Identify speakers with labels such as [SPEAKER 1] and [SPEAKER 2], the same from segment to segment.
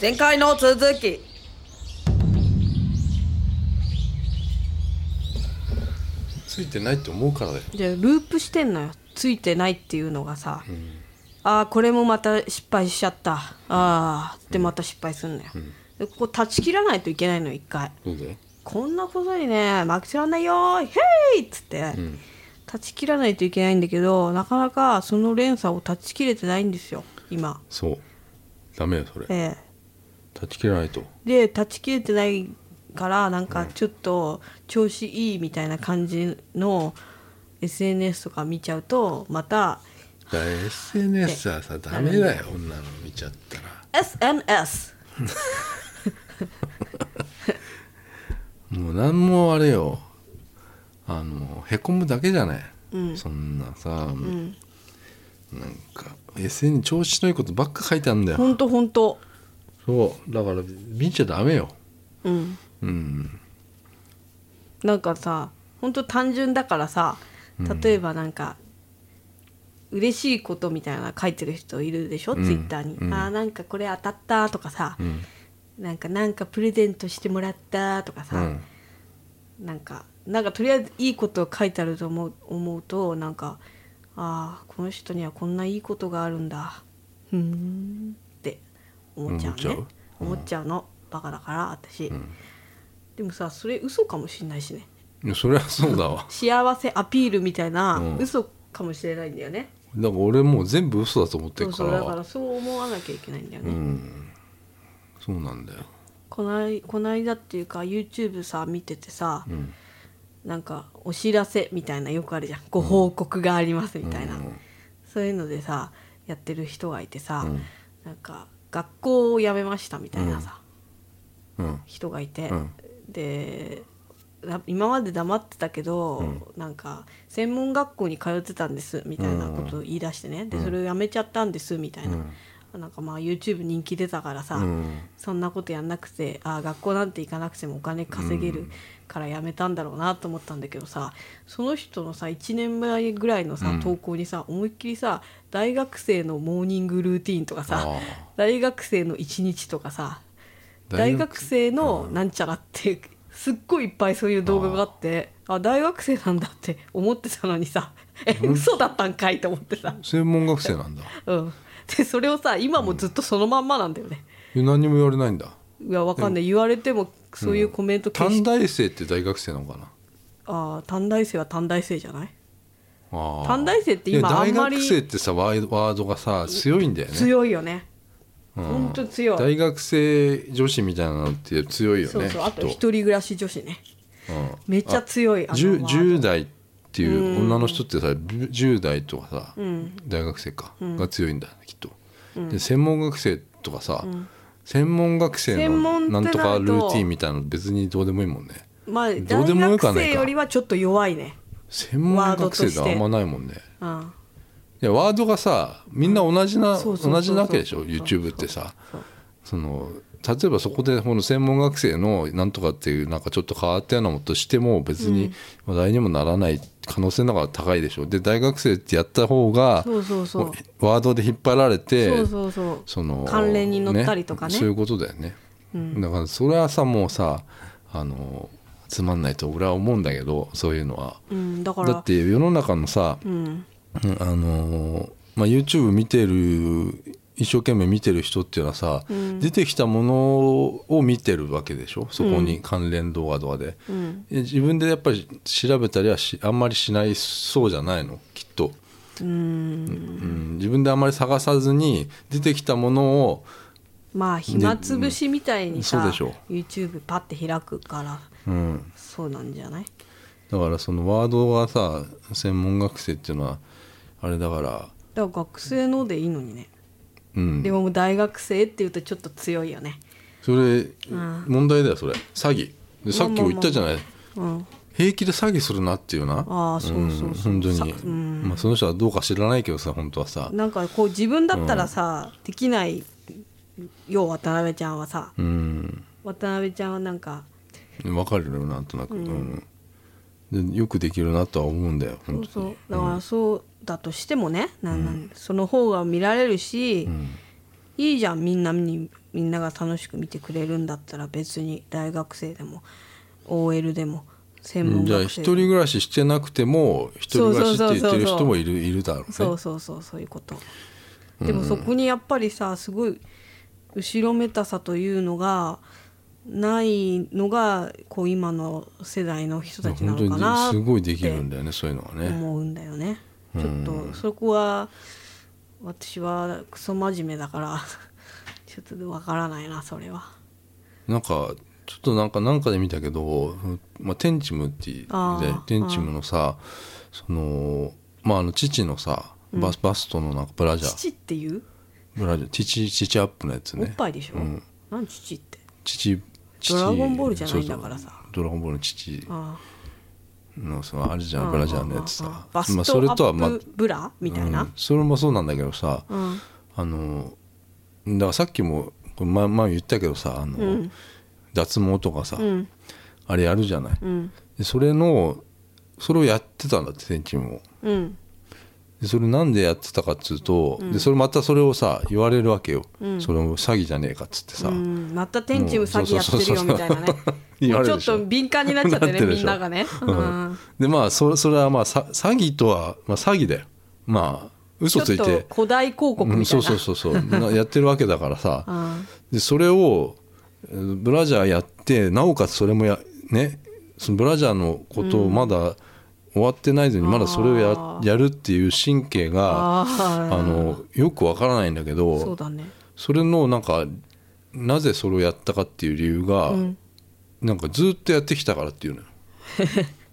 [SPEAKER 1] 前回の続き
[SPEAKER 2] ついてないって思うからだよ
[SPEAKER 3] でループしてんのよついてないっていうのがさ、ああこれもまた失敗しちゃったああーってまた失敗すんのよ、でここ断ち切らないといけないの一回
[SPEAKER 2] そうだよ
[SPEAKER 3] こんなことにね負けてらんないよーヘイっつって、断ち切らないといけないんだけどなかなかその連鎖を断ち切れてないんですよ今
[SPEAKER 2] そうダメよそれ
[SPEAKER 3] ええ
[SPEAKER 2] 断ち切らないと
[SPEAKER 3] で断ち切れてないからなんかちょっと調子いいみたいな感じの SNS とか見ちゃうとまた
[SPEAKER 2] だから SNS はさダメだよ女の見ちゃったら
[SPEAKER 3] SNS
[SPEAKER 2] もう何もあれよあのへこむだけじゃない、そんなさ、なんか SN に調子のいいことばっか書いてあるんだ
[SPEAKER 3] ほ
[SPEAKER 2] よ
[SPEAKER 3] んとほんと
[SPEAKER 2] そうだから見ちゃダメよ
[SPEAKER 3] うん
[SPEAKER 2] うん
[SPEAKER 3] なんかさほんと単純だからさ例えばなんか、嬉しいことみたいなの書いてる人いるでしょ、ツイッターに、
[SPEAKER 2] うん
[SPEAKER 3] あーなんかこれ当たったとかさ、
[SPEAKER 2] うん
[SPEAKER 3] なんかなんかプレゼントしてもらったとか
[SPEAKER 2] う
[SPEAKER 3] さ、
[SPEAKER 2] ん
[SPEAKER 3] なんかなんかとりあえずいいことを書いてあると思う思うとなんかああこの人にはこんないいことがあるんだふーんって思っちゃうね
[SPEAKER 2] 思っ
[SPEAKER 3] 思
[SPEAKER 2] ち
[SPEAKER 3] っ
[SPEAKER 2] ゃう
[SPEAKER 3] ちゃうのバカだから私、でもさそれ嘘かもしんないしね
[SPEAKER 2] いやそりゃそうだ わ
[SPEAKER 3] 幸せアピールみたいな
[SPEAKER 2] うん
[SPEAKER 3] 嘘かもしれないんだよね、
[SPEAKER 2] だから俺もう全部嘘だと思っ
[SPEAKER 3] そ
[SPEAKER 2] てる
[SPEAKER 3] う
[SPEAKER 2] か
[SPEAKER 3] そう
[SPEAKER 2] ら
[SPEAKER 3] だからそう思わなきゃいけないんだよね、
[SPEAKER 2] そうなんだよ
[SPEAKER 3] こないこないだっていうか YouTube さ見ててさ、なんかお知らせみたいなよくあるじゃんご報告がありますみたいな、そういうのでさやってる人がいてさ、なんか学校を辞めましたみたいなさ、
[SPEAKER 2] うん
[SPEAKER 3] 人がいて、
[SPEAKER 2] うん
[SPEAKER 3] でな今まで黙ってたけど、なんか専門学校に通ってたんですみたいなことを言い出してね、でそれをやめちゃったんですみたいな、なんかまあ YouTube 人気出たからさ、
[SPEAKER 2] ん
[SPEAKER 3] そんなことやんなくてあー学校なんて行かなくてもお金稼げるからやめたんだろうなと思ったんだけどさその人のさ1年前ぐらいのさ、投稿にさ思いっきりさ大学生のモーニングルーティンとかさ
[SPEAKER 2] あー
[SPEAKER 3] 大学生の1日とかさ
[SPEAKER 2] 大
[SPEAKER 3] 大
[SPEAKER 2] 学
[SPEAKER 3] 学生のなんちゃらってすっごいいっぱいそういう動画があってあ大学生なんだって思ってたのにさえ嘘だったんかいと思ってさ、
[SPEAKER 2] 専門学生なんだ
[SPEAKER 3] うん、でそれをさ今もずっとそのまんまなんだよね、
[SPEAKER 2] いや何にも言われないんだ
[SPEAKER 3] いやわかんない言われてもそういうコメント消し、
[SPEAKER 2] 短大生って大学生なのかな
[SPEAKER 3] あー短大生は短大生じゃない
[SPEAKER 2] あー
[SPEAKER 3] 短大生って今
[SPEAKER 2] いや
[SPEAKER 3] あんまり
[SPEAKER 2] 大学生ってさワードワードがさ強いんだよね
[SPEAKER 3] 強いよね
[SPEAKER 2] うん
[SPEAKER 3] ほんと強い
[SPEAKER 2] 大学生女子みたいなのって強いよね
[SPEAKER 3] そうそうあと
[SPEAKER 2] きっ
[SPEAKER 3] 一人暮らし女子ね
[SPEAKER 2] うん
[SPEAKER 3] めっちゃ強いあの
[SPEAKER 2] 10,
[SPEAKER 3] ワード
[SPEAKER 2] 10代っていう女の人ってさ10代とかさ、大学生か、が強いんだきっと、で専門学生とかさ、専門学生
[SPEAKER 3] 専門
[SPEAKER 2] の
[SPEAKER 3] って
[SPEAKER 2] な
[SPEAKER 3] なる
[SPEAKER 2] ん
[SPEAKER 3] と
[SPEAKER 2] とかルーティンみたいなの別にどうでもいいもんね
[SPEAKER 3] まあ
[SPEAKER 2] どうで
[SPEAKER 3] 大
[SPEAKER 2] もよくは
[SPEAKER 3] 学
[SPEAKER 2] ないか
[SPEAKER 3] 生よりはちょっと弱いね
[SPEAKER 2] 専門学生ってあんまないもんね
[SPEAKER 3] うん
[SPEAKER 2] いやワードがさみんな同じな、
[SPEAKER 3] そうそうそうそう
[SPEAKER 2] 同じなわけでしょ YouTube ってさその例えばそこでこの専門学生のなんとかっていうなんかちょっと変わったようなものとしても別に話題にもならない可能性の方が高いでしょで大学生ってやった方が
[SPEAKER 3] そうそうそう
[SPEAKER 2] ワードで引っ張られて
[SPEAKER 3] そうそうそう
[SPEAKER 2] その
[SPEAKER 3] 関連に乗ったりとかね
[SPEAKER 2] そういうことだよね、だからそれはさもうさあのつまんないと俺は思うんだけどそういうのは。
[SPEAKER 3] うんだから
[SPEAKER 2] だって世の中のさ、
[SPEAKER 3] うん
[SPEAKER 2] うんあのーまあ、YouTube 見てる一生懸命見てる人っていうのはさ、出てきたものを見てるわけでしょそこに関連動画とかで、
[SPEAKER 3] ん
[SPEAKER 2] え自分でやっぱり調べたりはしあんまりしないそうじゃないのきっと、
[SPEAKER 3] うん
[SPEAKER 2] うん、自分であんまり探さずに出てきたものを
[SPEAKER 3] まあ暇つぶしみたいにさ、
[SPEAKER 2] うんそうでしょ
[SPEAKER 3] YouTube パッて開くから
[SPEAKER 2] うん
[SPEAKER 3] そうなんじゃない
[SPEAKER 2] だからそのワードがさ専門学生っていうのはあれだから
[SPEAKER 3] だから学生のでいいのにね、
[SPEAKER 2] うん
[SPEAKER 3] でももう大学生っていうとちょっと強いよね
[SPEAKER 2] それ
[SPEAKER 3] ん
[SPEAKER 2] 問題だよそれ詐欺でさっきも言ったじゃない
[SPEAKER 3] うん
[SPEAKER 2] 平気で詐欺するなっていうな
[SPEAKER 3] ああそうそうそう
[SPEAKER 2] 本当に、
[SPEAKER 3] さうん
[SPEAKER 2] まあ、その人はどうか知らないけどさ本当はさ
[SPEAKER 3] なんかこう自分だったらさ、できないよう渡辺ちゃんはさ
[SPEAKER 2] うん
[SPEAKER 3] 渡辺ちゃんはなんか
[SPEAKER 2] 分かるよなんとなく、うんでよくできるなとは思うんだよ
[SPEAKER 3] そ
[SPEAKER 2] 本
[SPEAKER 3] う
[SPEAKER 2] 当
[SPEAKER 3] そう
[SPEAKER 2] に
[SPEAKER 3] だからそうだとしてもね、なんなんその方が見られるし、いいじゃんみんなにみんなが楽しく見てくれるんだったら別に大学生でも OL でも専門
[SPEAKER 2] じゃあ
[SPEAKER 3] 学
[SPEAKER 2] 一
[SPEAKER 3] 生
[SPEAKER 2] 人
[SPEAKER 3] でも
[SPEAKER 2] 暮らししてなくても一人暮らしって言ってる人もいるいるだろうね
[SPEAKER 3] そうそうそうそういうことでもそこにやっぱりさすごい後ろめたさというのがないのがこう今の世代の人たちな
[SPEAKER 2] 本
[SPEAKER 3] のかな
[SPEAKER 2] 当
[SPEAKER 3] っ
[SPEAKER 2] にすごいできるん
[SPEAKER 3] て
[SPEAKER 2] だよねそういうのはね
[SPEAKER 3] 思うんだよねちょっとそこは私はクソ真面目だから ちょっとわからないなそれは
[SPEAKER 2] なんかちょっとなんかなんかで見たけど、まあ、天チムっていう
[SPEAKER 3] あ
[SPEAKER 2] で
[SPEAKER 3] ー
[SPEAKER 2] 天チムのさそのまああの父のさバスバストのなんかブラジャー、
[SPEAKER 3] 父っていう
[SPEAKER 2] ブラジャー父父アップのやつ
[SPEAKER 3] お
[SPEAKER 2] ね
[SPEAKER 3] っぱいでしょ、
[SPEAKER 2] うん
[SPEAKER 3] なん父って
[SPEAKER 2] 父父
[SPEAKER 3] ドラゴンボールじゃないんだからさ
[SPEAKER 2] そうそうドラゴンボールの父
[SPEAKER 3] あ
[SPEAKER 2] のそのあれじ
[SPEAKER 3] あ
[SPEAKER 2] ゃんブラジャーのやつさ
[SPEAKER 3] バス
[SPEAKER 2] ま
[SPEAKER 3] ト
[SPEAKER 2] あ
[SPEAKER 3] ア
[SPEAKER 2] それとはまあ
[SPEAKER 3] ップブラみたい
[SPEAKER 2] うん
[SPEAKER 3] な、
[SPEAKER 2] それもそうなんだけどさ、
[SPEAKER 3] うん
[SPEAKER 2] あのだからさっきもこれ前前言ったけどさあの、
[SPEAKER 3] うん
[SPEAKER 2] 脱毛とかさ、
[SPEAKER 3] うん
[SPEAKER 2] あれやるじゃない、
[SPEAKER 3] うん
[SPEAKER 2] でそれのそれをやってたんだって天気も
[SPEAKER 3] うん
[SPEAKER 2] でそれなんでやってたかっつうと、でそれまたそれをさ言われるわけよ、
[SPEAKER 3] うん
[SPEAKER 2] それも詐欺じゃねえかっつってさ、
[SPEAKER 3] うん、また天チーム詐欺やってるよ
[SPEAKER 2] もう
[SPEAKER 3] みたいなね
[SPEAKER 2] そうそうそう言わ
[SPEAKER 3] もうち
[SPEAKER 2] れる
[SPEAKER 3] ょ
[SPEAKER 2] で
[SPEAKER 3] っ
[SPEAKER 2] しょ
[SPEAKER 3] と敏感になっちゃってね
[SPEAKER 2] なってるで
[SPEAKER 3] み
[SPEAKER 2] しょ
[SPEAKER 3] んながね、うん
[SPEAKER 2] でまあそそれはまあさ詐欺とは、まあ、詐欺だよまあ
[SPEAKER 3] ちょ
[SPEAKER 2] 嘘
[SPEAKER 3] っ
[SPEAKER 2] つい
[SPEAKER 3] と
[SPEAKER 2] て
[SPEAKER 3] 古代広告みたいな、
[SPEAKER 2] うんそうそうそう そうなやってるわけだからさ、
[SPEAKER 3] うん
[SPEAKER 2] でそれをえーブラジャーやってなおかつそれもやねそのブラジャーのことをまだ終わってないのにまだそれをや,、
[SPEAKER 3] あー
[SPEAKER 2] やるっていう神経があ
[SPEAKER 3] あー
[SPEAKER 2] のよくわからないんだけど
[SPEAKER 3] そう
[SPEAKER 2] そ
[SPEAKER 3] だね
[SPEAKER 2] れのなんかなぜそれをやったかっていう理由が、
[SPEAKER 3] うん
[SPEAKER 2] なんかずっとやってきたからっていうの よ。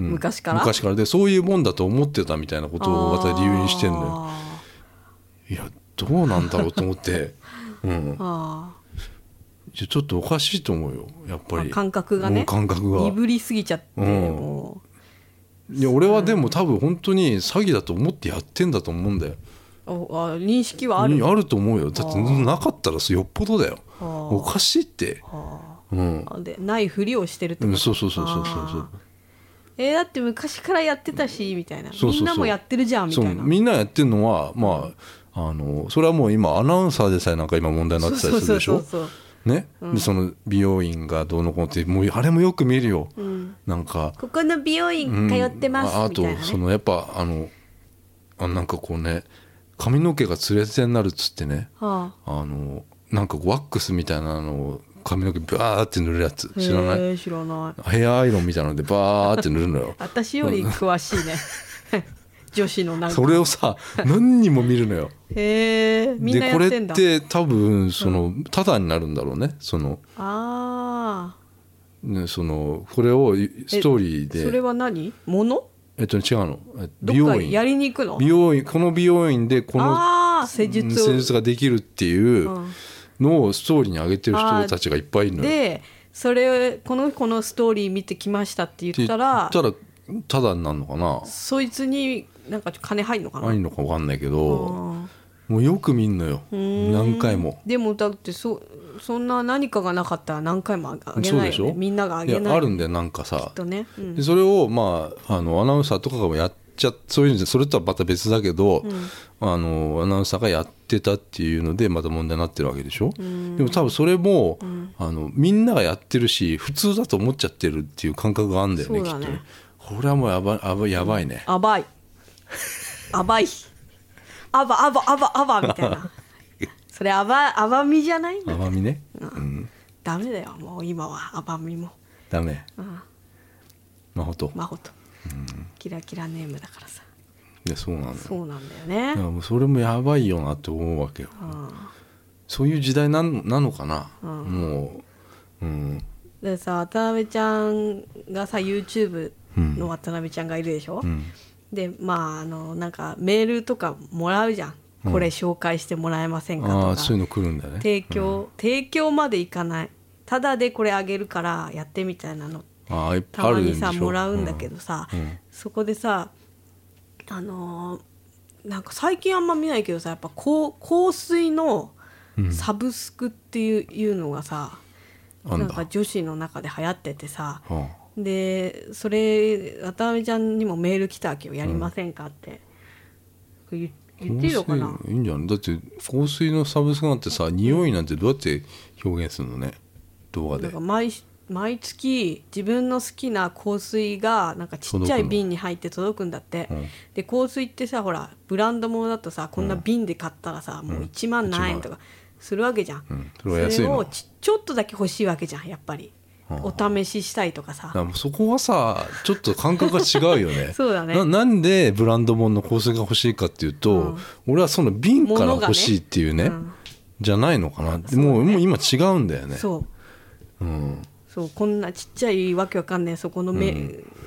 [SPEAKER 2] うん
[SPEAKER 3] 昔から
[SPEAKER 2] 昔からでそういうもんだと思ってたみたいなことをまた理由にしてんのよ
[SPEAKER 3] あ
[SPEAKER 2] いやどうなんだろうと思って、 うん
[SPEAKER 3] ー、あ
[SPEAKER 2] いやちょっとおかしいと思うよやっぱ
[SPEAKER 3] ー
[SPEAKER 2] り
[SPEAKER 3] 感覚がね
[SPEAKER 2] もう感覚が
[SPEAKER 3] 鈍りすぎちゃって、
[SPEAKER 2] うん
[SPEAKER 3] も
[SPEAKER 2] いや俺はでも多分本当に詐欺だと思ってやってんだと思うんだよ
[SPEAKER 3] うおあ認識はあ
[SPEAKER 2] に
[SPEAKER 3] る
[SPEAKER 2] あると思うよだって
[SPEAKER 3] あー
[SPEAKER 2] なかったらそれよっぽどだよ
[SPEAKER 3] あー
[SPEAKER 2] おかしいって
[SPEAKER 3] あ
[SPEAKER 2] うん
[SPEAKER 3] ーでないふりをしてるって
[SPEAKER 2] う
[SPEAKER 3] こ
[SPEAKER 2] ん
[SPEAKER 3] と
[SPEAKER 2] そうそうそうそうそう
[SPEAKER 3] あーえーだって昔からやってたしみたいな
[SPEAKER 2] そうそうそう
[SPEAKER 3] みんなもやってるじゃんみ
[SPEAKER 2] そ
[SPEAKER 3] た
[SPEAKER 2] う
[SPEAKER 3] いな
[SPEAKER 2] みんなやってるのはまああのそれはもう今アナウンサーでさえなんか今問題になってたりするでし
[SPEAKER 3] そ
[SPEAKER 2] ょ
[SPEAKER 3] うそうそう
[SPEAKER 2] ねでその美容院がどうのこうのってもうあれもよく見るよ
[SPEAKER 3] そう、うん、
[SPEAKER 2] なんか
[SPEAKER 3] ここの美容
[SPEAKER 2] う
[SPEAKER 3] 院
[SPEAKER 2] ん
[SPEAKER 3] 通ってます、
[SPEAKER 2] ああ
[SPEAKER 3] みたい
[SPEAKER 2] と
[SPEAKER 3] な、
[SPEAKER 2] そ
[SPEAKER 3] ね、
[SPEAKER 2] のやっぱあのあなんかこうね髪の毛がつれつれになるっつってね
[SPEAKER 3] は
[SPEAKER 2] あのなんかワックスみたいなのを髪の毛バーって塗るやつ
[SPEAKER 3] あ、
[SPEAKER 2] 知らない
[SPEAKER 3] へー知らない
[SPEAKER 2] ヘアアイロンみたいなのでバーって塗るのよ
[SPEAKER 3] 私より詳しいね 女子のなんか
[SPEAKER 2] それをさ何人も見るのよ
[SPEAKER 3] へえみんな
[SPEAKER 2] でこ
[SPEAKER 3] や
[SPEAKER 2] れ
[SPEAKER 3] ってん
[SPEAKER 2] っ
[SPEAKER 3] だ
[SPEAKER 2] て多分そのタダになるんだろうねその
[SPEAKER 3] ああ
[SPEAKER 2] ねそのこれをいストーリー
[SPEAKER 3] それ
[SPEAKER 2] で
[SPEAKER 3] は何もの
[SPEAKER 2] えっと違うのえ美
[SPEAKER 3] どっ
[SPEAKER 2] 容
[SPEAKER 3] かや
[SPEAKER 2] 院
[SPEAKER 3] りに行くの
[SPEAKER 2] 美容院この美容院でこの
[SPEAKER 3] ああ施術を
[SPEAKER 2] 施術ができるっていう
[SPEAKER 3] うん
[SPEAKER 2] のをストーリーに上げてる人たちがいっぱいいるのよ
[SPEAKER 3] でそれこのこのストーリー見てきましたって
[SPEAKER 2] っ
[SPEAKER 3] 言っ
[SPEAKER 2] て言
[SPEAKER 3] た
[SPEAKER 2] っ
[SPEAKER 3] ら
[SPEAKER 2] たらタダになるのかな
[SPEAKER 3] そいつになんか金入んのかな
[SPEAKER 2] ないのかわかんないけ
[SPEAKER 3] う
[SPEAKER 2] ど
[SPEAKER 3] ん
[SPEAKER 2] もうよく見んのよ
[SPEAKER 3] うん
[SPEAKER 2] 何回も
[SPEAKER 3] でもだってそそんな何かがなかったら何回もああげ
[SPEAKER 2] そう
[SPEAKER 3] な
[SPEAKER 2] で
[SPEAKER 3] い
[SPEAKER 2] し
[SPEAKER 3] よ、ね、
[SPEAKER 2] ょ
[SPEAKER 3] みんながあげ
[SPEAKER 2] い
[SPEAKER 3] ない
[SPEAKER 2] やあるんだよなんかさ
[SPEAKER 3] とね、うん
[SPEAKER 2] でそれをまああのアナウンサーとかがやっちゃそういうんじゃそれとはまた別だけど、あのアナウンサーがやってたっていうのでまた問題になってるわけでしょ、でも多分それも、あのみんながやってるし普通だと思っちゃってるっていう感覚があるんだよね
[SPEAKER 3] そう
[SPEAKER 2] きっ
[SPEAKER 3] だ
[SPEAKER 2] と
[SPEAKER 3] ね
[SPEAKER 2] ねこれはもうやばいやばいやばいね、
[SPEAKER 3] あばいあばいあばあばあばあばみたい なそれあばあばみじゃないんだ
[SPEAKER 2] 甘みね、
[SPEAKER 3] う
[SPEAKER 2] うんん
[SPEAKER 3] ダメだよもう今はあばみも
[SPEAKER 2] ダメ
[SPEAKER 3] うん
[SPEAKER 2] 真帆と、
[SPEAKER 3] 真帆と、キラキラネームだからさ
[SPEAKER 2] いやそうなんだよ
[SPEAKER 3] そうなんだよね
[SPEAKER 2] だからもうそれもやばいよなって思うわけよ
[SPEAKER 3] うん
[SPEAKER 2] そういう時代なんなのかな、もう、うん、
[SPEAKER 3] でさ渡辺ちゃんがさ YouTube の渡辺ちゃんがいるでしょ、
[SPEAKER 2] ん
[SPEAKER 3] でまああのなんかメールとかもらうじゃん、
[SPEAKER 2] うん
[SPEAKER 3] これ紹介してもらえませんかと
[SPEAKER 2] あ
[SPEAKER 3] か
[SPEAKER 2] あそういうの来るんだね
[SPEAKER 3] 提供、提供までいかないただでこれあげるからやってみたいなの
[SPEAKER 2] ああいっぱい
[SPEAKER 3] た
[SPEAKER 2] あ
[SPEAKER 3] ま
[SPEAKER 2] る
[SPEAKER 3] に
[SPEAKER 2] でしょ
[SPEAKER 3] さもらうんだけどさ、
[SPEAKER 2] うん
[SPEAKER 3] そこでさあのーなんか最近あんま見ないけどさやっぱ香香水のサブスクっていう,、いうのがさ
[SPEAKER 2] あん
[SPEAKER 3] な
[SPEAKER 2] だ
[SPEAKER 3] んか女子の中で流行っててさ
[SPEAKER 2] うんは
[SPEAKER 3] でそれ渡辺ちゃんにもメール来たわけよ「やりませんか?」って、こう言言っていいのかな
[SPEAKER 2] 香水いいんじゃないだって香水のサブスクなんてさ匂いなんてどうやって表現するのね動
[SPEAKER 3] な
[SPEAKER 2] 画
[SPEAKER 3] ん
[SPEAKER 2] で
[SPEAKER 3] か毎毎月自分の好きな香水がなんかちっちゃい
[SPEAKER 2] 届くの
[SPEAKER 3] 瓶に入って届くんだって、
[SPEAKER 2] うん
[SPEAKER 3] で香水ってさほらブランド物だとさこんな瓶で買ったらさ、もう1万何円とかするわけじゃん、
[SPEAKER 2] うんそれは安いの
[SPEAKER 3] をちちょっとだけ欲しいわけじゃんやっぱり、
[SPEAKER 2] はあ
[SPEAKER 3] お試ししたいとかさ
[SPEAKER 2] だからもうそこはさちょっと感覚が違うよね
[SPEAKER 3] そうだね
[SPEAKER 2] ななんでブランド物の香水が欲しいかっていうと、
[SPEAKER 3] うん
[SPEAKER 2] 俺はその瓶から
[SPEAKER 3] 物がね
[SPEAKER 2] 欲しいっていうね
[SPEAKER 3] うん
[SPEAKER 2] じゃないのかな
[SPEAKER 3] うだね
[SPEAKER 2] もうもう今違うんだよね
[SPEAKER 3] そう
[SPEAKER 2] うん、
[SPEAKER 3] そうこんなちっちゃいわけわかんないそこのめ、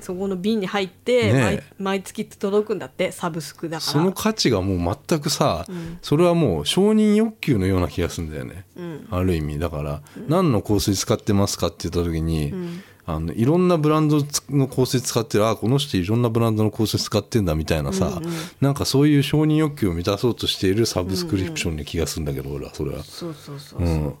[SPEAKER 3] そこの瓶に入って、
[SPEAKER 2] ねえ
[SPEAKER 3] 毎毎月届くんだってサブスクだから
[SPEAKER 2] その価値がもう全くさ、
[SPEAKER 3] うん
[SPEAKER 2] それはもう承認欲求のような気がするんだよね、
[SPEAKER 3] うん
[SPEAKER 2] ある意味だから、何の香水使ってますかって言った時に、
[SPEAKER 3] ん
[SPEAKER 2] あのいろんなブランドの香水使ってるあこの人いろんなブランドの香水使ってんだみたいなさ、
[SPEAKER 3] うんうん
[SPEAKER 2] なんかそういう承認欲求を満たそうとしているサブスクリプションの気がするんだけど、俺はそれは。
[SPEAKER 3] そうそうそうそう、
[SPEAKER 2] うん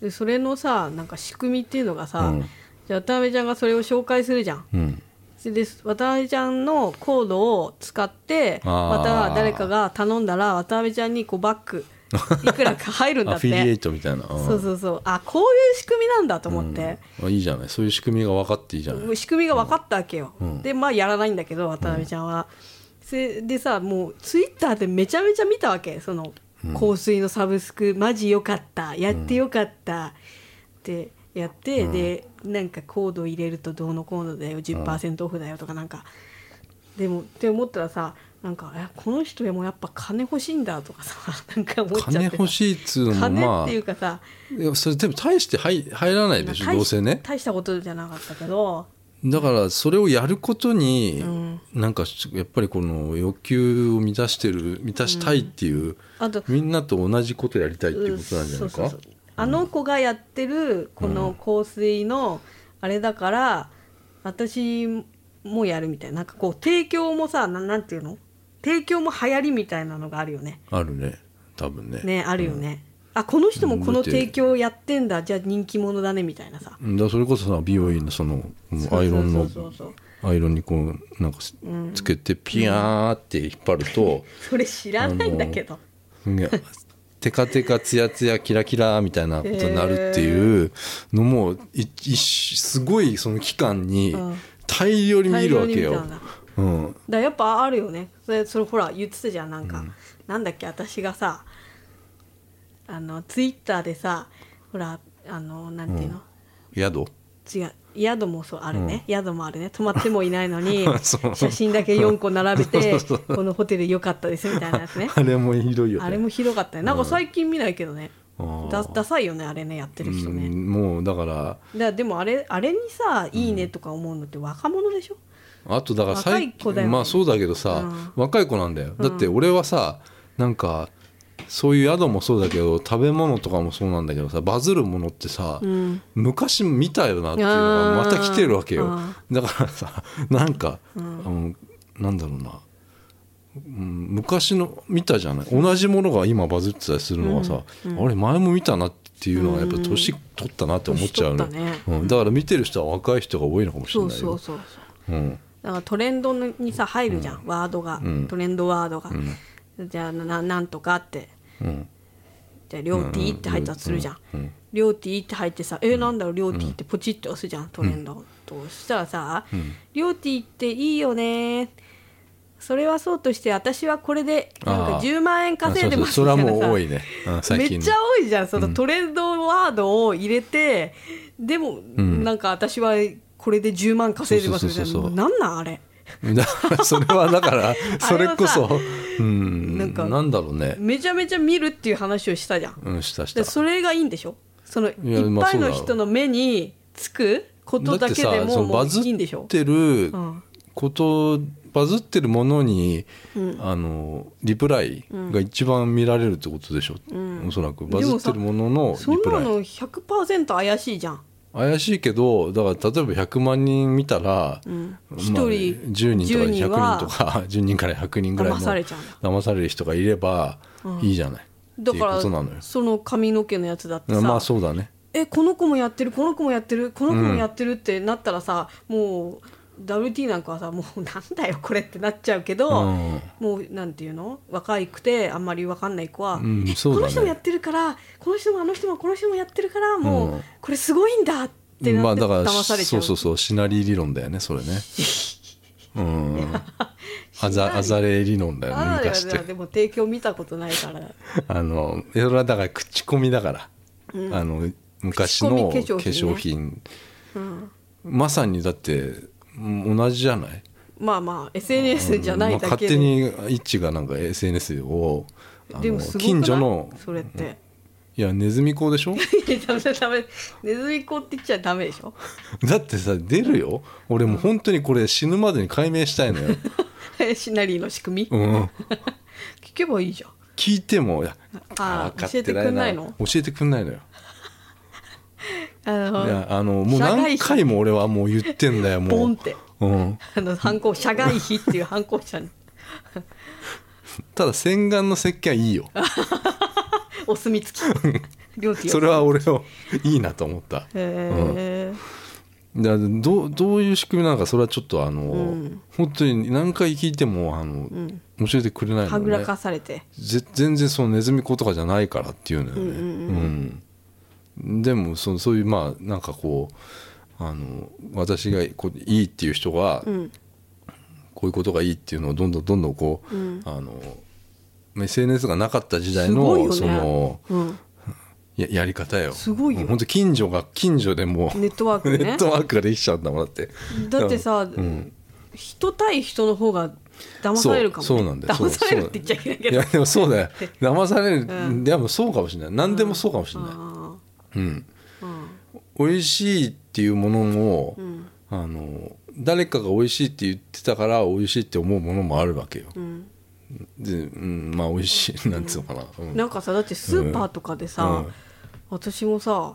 [SPEAKER 3] でそれのさなんか仕組みっていうのがさ、
[SPEAKER 2] うん
[SPEAKER 3] じゃあ渡辺ちゃんがそれを紹介するじゃん
[SPEAKER 2] うん
[SPEAKER 3] それで渡辺ちゃんのコードを使って
[SPEAKER 2] あー
[SPEAKER 3] また誰かが頼んだら渡辺ちゃんにこうバッグいくらか入るんだ
[SPEAKER 2] ア
[SPEAKER 3] っ
[SPEAKER 2] フィリエ
[SPEAKER 3] て
[SPEAKER 2] イトみたいな、うん
[SPEAKER 3] そうそうそうあこういう仕組みなんだと思って、
[SPEAKER 2] あいいじゃないそういう仕組みが分かっていいじゃない、
[SPEAKER 3] 仕組みが分かったわけよ、
[SPEAKER 2] うん
[SPEAKER 3] でまあやらないんだけど渡辺ちゃんは、それでさもうツイッターでめちゃめちゃ見たわけその香水のサブスク、マジよかったやってよかったってやって、でなんかコード入れるとどうのこうのだよ10%オフだよとかなんか、でもって思ったらさなんかえこの人もやっぱ金欲しいんだとかさ なんか思っちゃって
[SPEAKER 2] 金欲
[SPEAKER 3] い
[SPEAKER 2] しいっつうのもま
[SPEAKER 3] 金
[SPEAKER 2] あ
[SPEAKER 3] っていうかさ、
[SPEAKER 2] いやそれでも大して入入らないでしょ
[SPEAKER 3] 大し
[SPEAKER 2] どうせね
[SPEAKER 3] 大したことじゃなかったけど
[SPEAKER 2] だからそれをやることに、
[SPEAKER 3] ん
[SPEAKER 2] なんかやっぱりこの欲求を満たしてる満たしたいっていう、
[SPEAKER 3] あと
[SPEAKER 2] みんなと同じことやりたいっていうことなんじゃないか
[SPEAKER 3] そうそうそうあの子がやってるこの香水のあれだから、私もやるみたいななんかこう提供もさななんていうの提供も流行りみたいなのがあるよね
[SPEAKER 2] あるね多分ね
[SPEAKER 3] ねあるよね、あこの人もこの提供やってんだじゃあ人気者だねみたいなさ
[SPEAKER 2] うんだからそれこそさ美容院のそのアイロンの
[SPEAKER 3] そうそうそうそう
[SPEAKER 2] アイロンにこうなんかすつけてピヤーって引っ張ると、
[SPEAKER 3] それ知らないんだけど、
[SPEAKER 2] いやテカテカツヤツヤキラキラみたいなことになるっていうのもいいすごいその期間に
[SPEAKER 3] うん
[SPEAKER 2] 大量に見るわけ
[SPEAKER 3] 大量
[SPEAKER 2] よ
[SPEAKER 3] に見たんだ。
[SPEAKER 2] うん
[SPEAKER 3] だからやっぱあるよねそれそれほら言ってたじゃんなんか、なんだっけ私がさあのツイッターでさほらあのなんていうの、
[SPEAKER 2] 宿
[SPEAKER 3] 違う宿もそうあるね、宿もあるね泊まってもいないのに
[SPEAKER 2] そう
[SPEAKER 3] 写真だけ4個並べて
[SPEAKER 2] そうそう
[SPEAKER 3] このホテル良かったですみたいなやつね
[SPEAKER 2] あれもひどいよね
[SPEAKER 3] あれもひどかったねなんか最近見ないけどね、
[SPEAKER 2] あー
[SPEAKER 3] だダサいよねあれねやってる人ね、
[SPEAKER 2] うんもうだから
[SPEAKER 3] だからでもあれあれにさ「いいね」とか思うのって若者でしょ、
[SPEAKER 2] あとだから
[SPEAKER 3] 若い子だよね
[SPEAKER 2] まあそうだけどさ、若い子なんだよだって俺はさなんかそういう宿もそうだけど食べ物とかもそうなんだけどさバズるものってさ、
[SPEAKER 3] うん
[SPEAKER 2] 昔見たよなっていうのがまた来てるわけよ
[SPEAKER 3] あ
[SPEAKER 2] だからさなんか、あのなんだろうなうん昔の見たじゃない同じものが今バズってたりするのはさ、あれ前も見たなっていうのがやっぱ年取ったなって思っちゃうの、
[SPEAKER 3] 年取った
[SPEAKER 2] うん、だから見てる人は若い人が多いのかもしれ
[SPEAKER 3] そ
[SPEAKER 2] な
[SPEAKER 3] う
[SPEAKER 2] いよ
[SPEAKER 3] そうそうそう
[SPEAKER 2] うん
[SPEAKER 3] だからトレンドにさ入るじゃん、ワードが、
[SPEAKER 2] ん
[SPEAKER 3] トレンドワードが、じゃあななんとかって
[SPEAKER 2] うん
[SPEAKER 3] じゃあ「りょうてぃ」って入ったとするじゃん
[SPEAKER 2] うんうん
[SPEAKER 3] 「りょうてぃ」って入ってさ「えー、なんだろうりょうてぃ」ってポチッと押すじゃんトレンドと、そしたらさ「りょうてぃ」っていいよねそれはそうとして私はこれでなんか
[SPEAKER 2] あー
[SPEAKER 3] 10万円稼いでます
[SPEAKER 2] あ
[SPEAKER 3] みた
[SPEAKER 2] そう
[SPEAKER 3] い
[SPEAKER 2] そ
[SPEAKER 3] なさ
[SPEAKER 2] うそれはもう多いね、うん、
[SPEAKER 3] め
[SPEAKER 2] 最近
[SPEAKER 3] っちゃ多いじゃんそのトレンドワードを入れて、でも、なんか私はこれで10万稼いでますみたい
[SPEAKER 2] そうそうそう
[SPEAKER 3] なな
[SPEAKER 2] そう
[SPEAKER 3] んなんあれ
[SPEAKER 2] だからそれはだからそれ こ
[SPEAKER 3] あれ
[SPEAKER 2] そ
[SPEAKER 3] は
[SPEAKER 2] うん
[SPEAKER 3] な
[SPEAKER 2] なんん
[SPEAKER 3] か
[SPEAKER 2] だろうね
[SPEAKER 3] めちゃめちゃ見るっていう話をしたじゃん
[SPEAKER 2] うんしたした
[SPEAKER 3] でそれがいいんでしょそのいっ
[SPEAKER 2] やまあ
[SPEAKER 3] ぱい
[SPEAKER 2] そうだ
[SPEAKER 3] の
[SPEAKER 2] ろう
[SPEAKER 3] 人の目につくことだけで
[SPEAKER 2] そ
[SPEAKER 3] も
[SPEAKER 2] の
[SPEAKER 3] も
[SPEAKER 2] バ
[SPEAKER 3] う
[SPEAKER 2] ズ
[SPEAKER 3] いいんでしょ
[SPEAKER 2] ってる
[SPEAKER 3] うん
[SPEAKER 2] こと、バズってるものに、あのリプライが一番見られるってことでしょ、おそらくバズってるものの
[SPEAKER 3] そ
[SPEAKER 2] リ
[SPEAKER 3] ん
[SPEAKER 2] プ
[SPEAKER 3] な
[SPEAKER 2] ライ
[SPEAKER 3] の100%怪しいじゃん
[SPEAKER 2] 怪しいけどだから例えば100万人見たら、まあ
[SPEAKER 3] 一人
[SPEAKER 2] 10人とか100人とか 10人から100人ぐらいの
[SPEAKER 3] 騙されちゃうんだ
[SPEAKER 2] 騙される人がいればいいじゃな
[SPEAKER 3] だ
[SPEAKER 2] い、
[SPEAKER 3] か
[SPEAKER 2] っていうことなのよ
[SPEAKER 3] らその髪の毛のやつだってさ、
[SPEAKER 2] まあそうだね
[SPEAKER 3] えこの子もやってるこの子もやってるこの子もやってるってなったらさ、もう WT なんかはさもうなんだよこれってなっちゃうけど、
[SPEAKER 2] うん
[SPEAKER 3] もうなんていうの若いくてあんまり分かんない子は、
[SPEAKER 2] うん
[SPEAKER 3] え
[SPEAKER 2] そうだね
[SPEAKER 3] この人もやってるからこの人もあの人もこの人もやってるからもう、
[SPEAKER 2] うん
[SPEAKER 3] これすごいんだって
[SPEAKER 2] ま
[SPEAKER 3] な
[SPEAKER 2] あ
[SPEAKER 3] って
[SPEAKER 2] だから
[SPEAKER 3] 騙されちゃう,、
[SPEAKER 2] そうそうそうシナリー理論だよ ねそれねうんあざあざれ理論だよね
[SPEAKER 3] ああ
[SPEAKER 2] 昔って
[SPEAKER 3] でも提供見たことないから
[SPEAKER 2] あのそれはだから口コミだから、あの昔の化
[SPEAKER 3] 口コミ化
[SPEAKER 2] 粧
[SPEAKER 3] 粧
[SPEAKER 2] 品,、まさにだってうん同じじゃない
[SPEAKER 3] まあまあ SNS じゃないだ
[SPEAKER 2] まあ
[SPEAKER 3] けで、
[SPEAKER 2] 勝手に一致がなんか SNS をあ
[SPEAKER 3] でも
[SPEAKER 2] の
[SPEAKER 3] すごくない
[SPEAKER 2] 近所の
[SPEAKER 3] それって、
[SPEAKER 2] いやネズミ講でしょ
[SPEAKER 3] いやダメダメネズミ子って言っちゃダメでしょ
[SPEAKER 2] だってさ出るよ俺もう本当にこれ死ぬまでに解明したいのよ、
[SPEAKER 3] シナリーの仕組み、
[SPEAKER 2] うん、
[SPEAKER 3] 聞けばいいじゃん
[SPEAKER 2] 聞いてもいや
[SPEAKER 3] あ
[SPEAKER 2] 分かっ
[SPEAKER 3] 教えてくんないの
[SPEAKER 2] 教えてくんないのよ
[SPEAKER 3] あ
[SPEAKER 2] いや
[SPEAKER 3] の
[SPEAKER 2] あのもう
[SPEAKER 3] 社外
[SPEAKER 2] 何
[SPEAKER 3] 秘
[SPEAKER 2] 回も俺はもう言ってんだよもう
[SPEAKER 3] ボンって
[SPEAKER 2] うん、
[SPEAKER 3] あの反抗社外費っていう反抗者に
[SPEAKER 2] ただ洗顔の石鹸はいいよ
[SPEAKER 3] お墨付き料金
[SPEAKER 2] それは俺をいいなと思った
[SPEAKER 3] へえ、
[SPEAKER 2] だどうどういう仕組みなのかそれはちょっとあの、
[SPEAKER 3] うん
[SPEAKER 2] 本当に何回聞いてもあの、
[SPEAKER 3] ん
[SPEAKER 2] 教えてくれないの
[SPEAKER 3] はぐ
[SPEAKER 2] ね
[SPEAKER 3] らかされて
[SPEAKER 2] ぜ全然そのネズミ子とかじゃないからっていうのよね、うんでもそのそういうまあなんかこうあの私がこういいっていう人が、
[SPEAKER 3] うん
[SPEAKER 2] こういうことがいいっていうのをどんどんどんどんこう、
[SPEAKER 3] うん
[SPEAKER 2] あの SNS がなかった時代
[SPEAKER 3] すごい
[SPEAKER 2] の、
[SPEAKER 3] よね
[SPEAKER 2] その
[SPEAKER 3] うん
[SPEAKER 2] ややり方よ
[SPEAKER 3] すごいよ
[SPEAKER 2] もう本当近所が近所でもう
[SPEAKER 3] ネットワークね
[SPEAKER 2] ネットワークができちゃうんだもんだって
[SPEAKER 3] だってさ、
[SPEAKER 2] うん
[SPEAKER 3] 人対人の方が騙されるかも、ね、
[SPEAKER 2] そうそうなんだよ
[SPEAKER 3] 騙されるって言っちゃいけないけど
[SPEAKER 2] いやでもそうだ よ騙される、
[SPEAKER 3] う
[SPEAKER 2] でもそうかもしれない何でもそうかもしれない、
[SPEAKER 3] あ
[SPEAKER 2] うん、
[SPEAKER 3] ーうん
[SPEAKER 2] 美味しいっていうものも、
[SPEAKER 3] ん
[SPEAKER 2] あの誰かが美味しいって言ってたから美味しいって思うものもあるわけよ、
[SPEAKER 3] うん
[SPEAKER 2] で、うん、まあ美味しいなんつうのかな、うん
[SPEAKER 3] なんかさだってスーパーとかでさ、
[SPEAKER 2] うん
[SPEAKER 3] 私もさ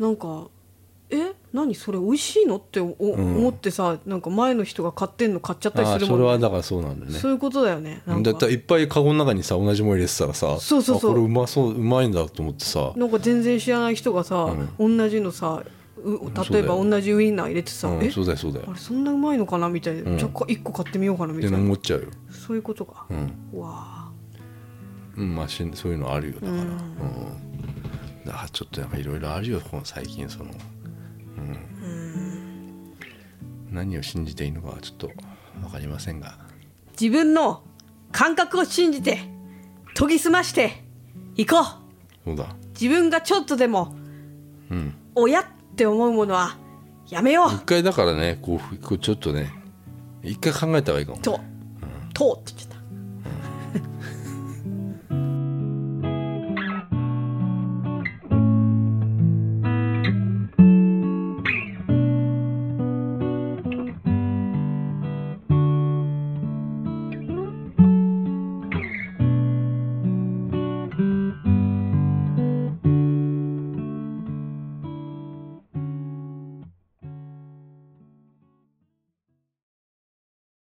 [SPEAKER 3] なんか「え何それ美味しいの?」ってお
[SPEAKER 2] ん
[SPEAKER 3] 思ってさなんか前の人が買ってんの買っちゃったり
[SPEAKER 2] あ
[SPEAKER 3] す
[SPEAKER 2] あ
[SPEAKER 3] るも
[SPEAKER 2] そ
[SPEAKER 3] ん
[SPEAKER 2] れ
[SPEAKER 3] ね
[SPEAKER 2] はだからそうなんだよね
[SPEAKER 3] そういうことだよねなん
[SPEAKER 2] だ
[SPEAKER 3] か
[SPEAKER 2] ったらいっぱいカゴの中にさ同じもの入れてたらさ
[SPEAKER 3] そうそうそう
[SPEAKER 2] あこれうまそううまいんだと思ってさ
[SPEAKER 3] なんか全然知らない人がさ、同じのさう例えば
[SPEAKER 2] そうだよ
[SPEAKER 3] 同じウインナー入れてさ「
[SPEAKER 2] うん
[SPEAKER 3] え
[SPEAKER 2] そうだよそうだよ
[SPEAKER 3] あれそんなうまいのかな?」みたいな、
[SPEAKER 2] うん
[SPEAKER 3] じゃあか一個買ってみようかなみ
[SPEAKER 2] って
[SPEAKER 3] たいな
[SPEAKER 2] 思っちゃうよ、
[SPEAKER 3] そういうことか、
[SPEAKER 2] うん
[SPEAKER 3] うわあ
[SPEAKER 2] うんまあ、しそういうのあるよだから、うんだからちょっとなんかいろいろあるよこの最近その、うん、何を信じていいのかはちょっと分かりませんが
[SPEAKER 3] 自分の感覚を信じて研ぎ澄ましていこう
[SPEAKER 2] そうだ
[SPEAKER 3] 自分がちょっとでも
[SPEAKER 2] うん
[SPEAKER 3] 親って思うものはやめよ
[SPEAKER 2] 一
[SPEAKER 3] う
[SPEAKER 2] 回だからねこうふこうちょっとね一回考えた方がいいかも
[SPEAKER 3] と、とって言っちゃった